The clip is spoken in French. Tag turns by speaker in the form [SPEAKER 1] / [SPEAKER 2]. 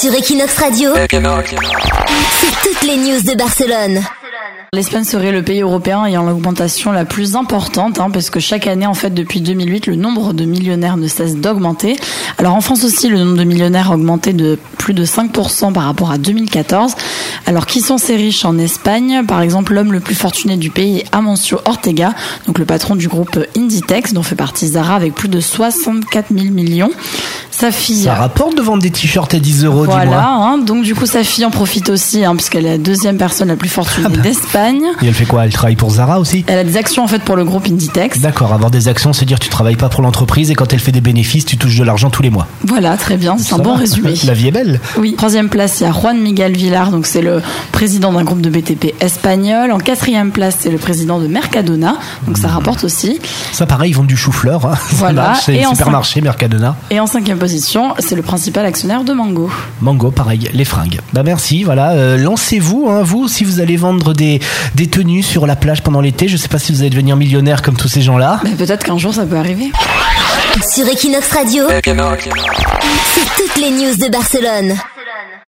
[SPEAKER 1] sur Equinox Radio, c'est toutes les news de Barcelone.
[SPEAKER 2] L'Espagne serait le pays européen ayant l'augmentation la plus importante, hein, parce que chaque année, en fait, depuis 2008, le nombre de millionnaires ne cesse d'augmenter. Alors en France aussi, le nombre de millionnaires a augmenté de plus de 5% par rapport à 2014. Alors qui sont ces riches en Espagne Par exemple, l'homme le plus fortuné du pays est Amancio Ortega, donc le patron du groupe Inditex, dont fait partie Zara, avec plus de 64 000 millions. Sa fille...
[SPEAKER 3] Ça rapporte de vendre des t-shirts à 10 euros,
[SPEAKER 2] Voilà, hein, donc du coup sa fille en profite aussi, hein, puisqu'elle est la deuxième personne la plus fortunée
[SPEAKER 3] Ah bah.
[SPEAKER 2] d'Espagne.
[SPEAKER 3] dis-moi. Et elle fait quoi Elle travaille pour Zara aussi
[SPEAKER 2] Elle a des actions en fait pour le groupe Inditex.
[SPEAKER 3] D'accord, avoir des actions, c'est dire tu travailles pas pour l'entreprise et quand elle fait des bénéfices, tu touches de l'argent tous les mois.
[SPEAKER 2] Voilà, très bien, c'est un
[SPEAKER 3] Ça
[SPEAKER 2] bon
[SPEAKER 3] va.
[SPEAKER 2] résumé.
[SPEAKER 3] La vie est belle.
[SPEAKER 2] Oui, troisième place, il y a Juan Miguel Villar, donc c'est le président d'un groupe de BTP espagnol. En quatrième place, c'est le président de Mercadona, donc ça rapporte aussi.
[SPEAKER 3] Ça, pareil, ils vendent du chou-fleur. hein. Ça
[SPEAKER 2] Voilà.
[SPEAKER 3] marche,
[SPEAKER 2] Et
[SPEAKER 3] c'est
[SPEAKER 2] en
[SPEAKER 3] supermarché, Mercadona.
[SPEAKER 2] Et en cinquième position, c'est le principal actionnaire de Mango.
[SPEAKER 3] Mango, pareil, les fringues. Bah merci, voilà. euh, Lancez-vous, hein, vous, si vous allez vendre des, des tenues sur la plage pendant l'été. Je sais pas si vous allez devenir millionnaire comme tous ces gens-là.
[SPEAKER 2] Mais Bah, peut-être qu'un jour ça peut arriver.
[SPEAKER 1] Sur Equinox Radio, c'est toutes les news de Barcelone.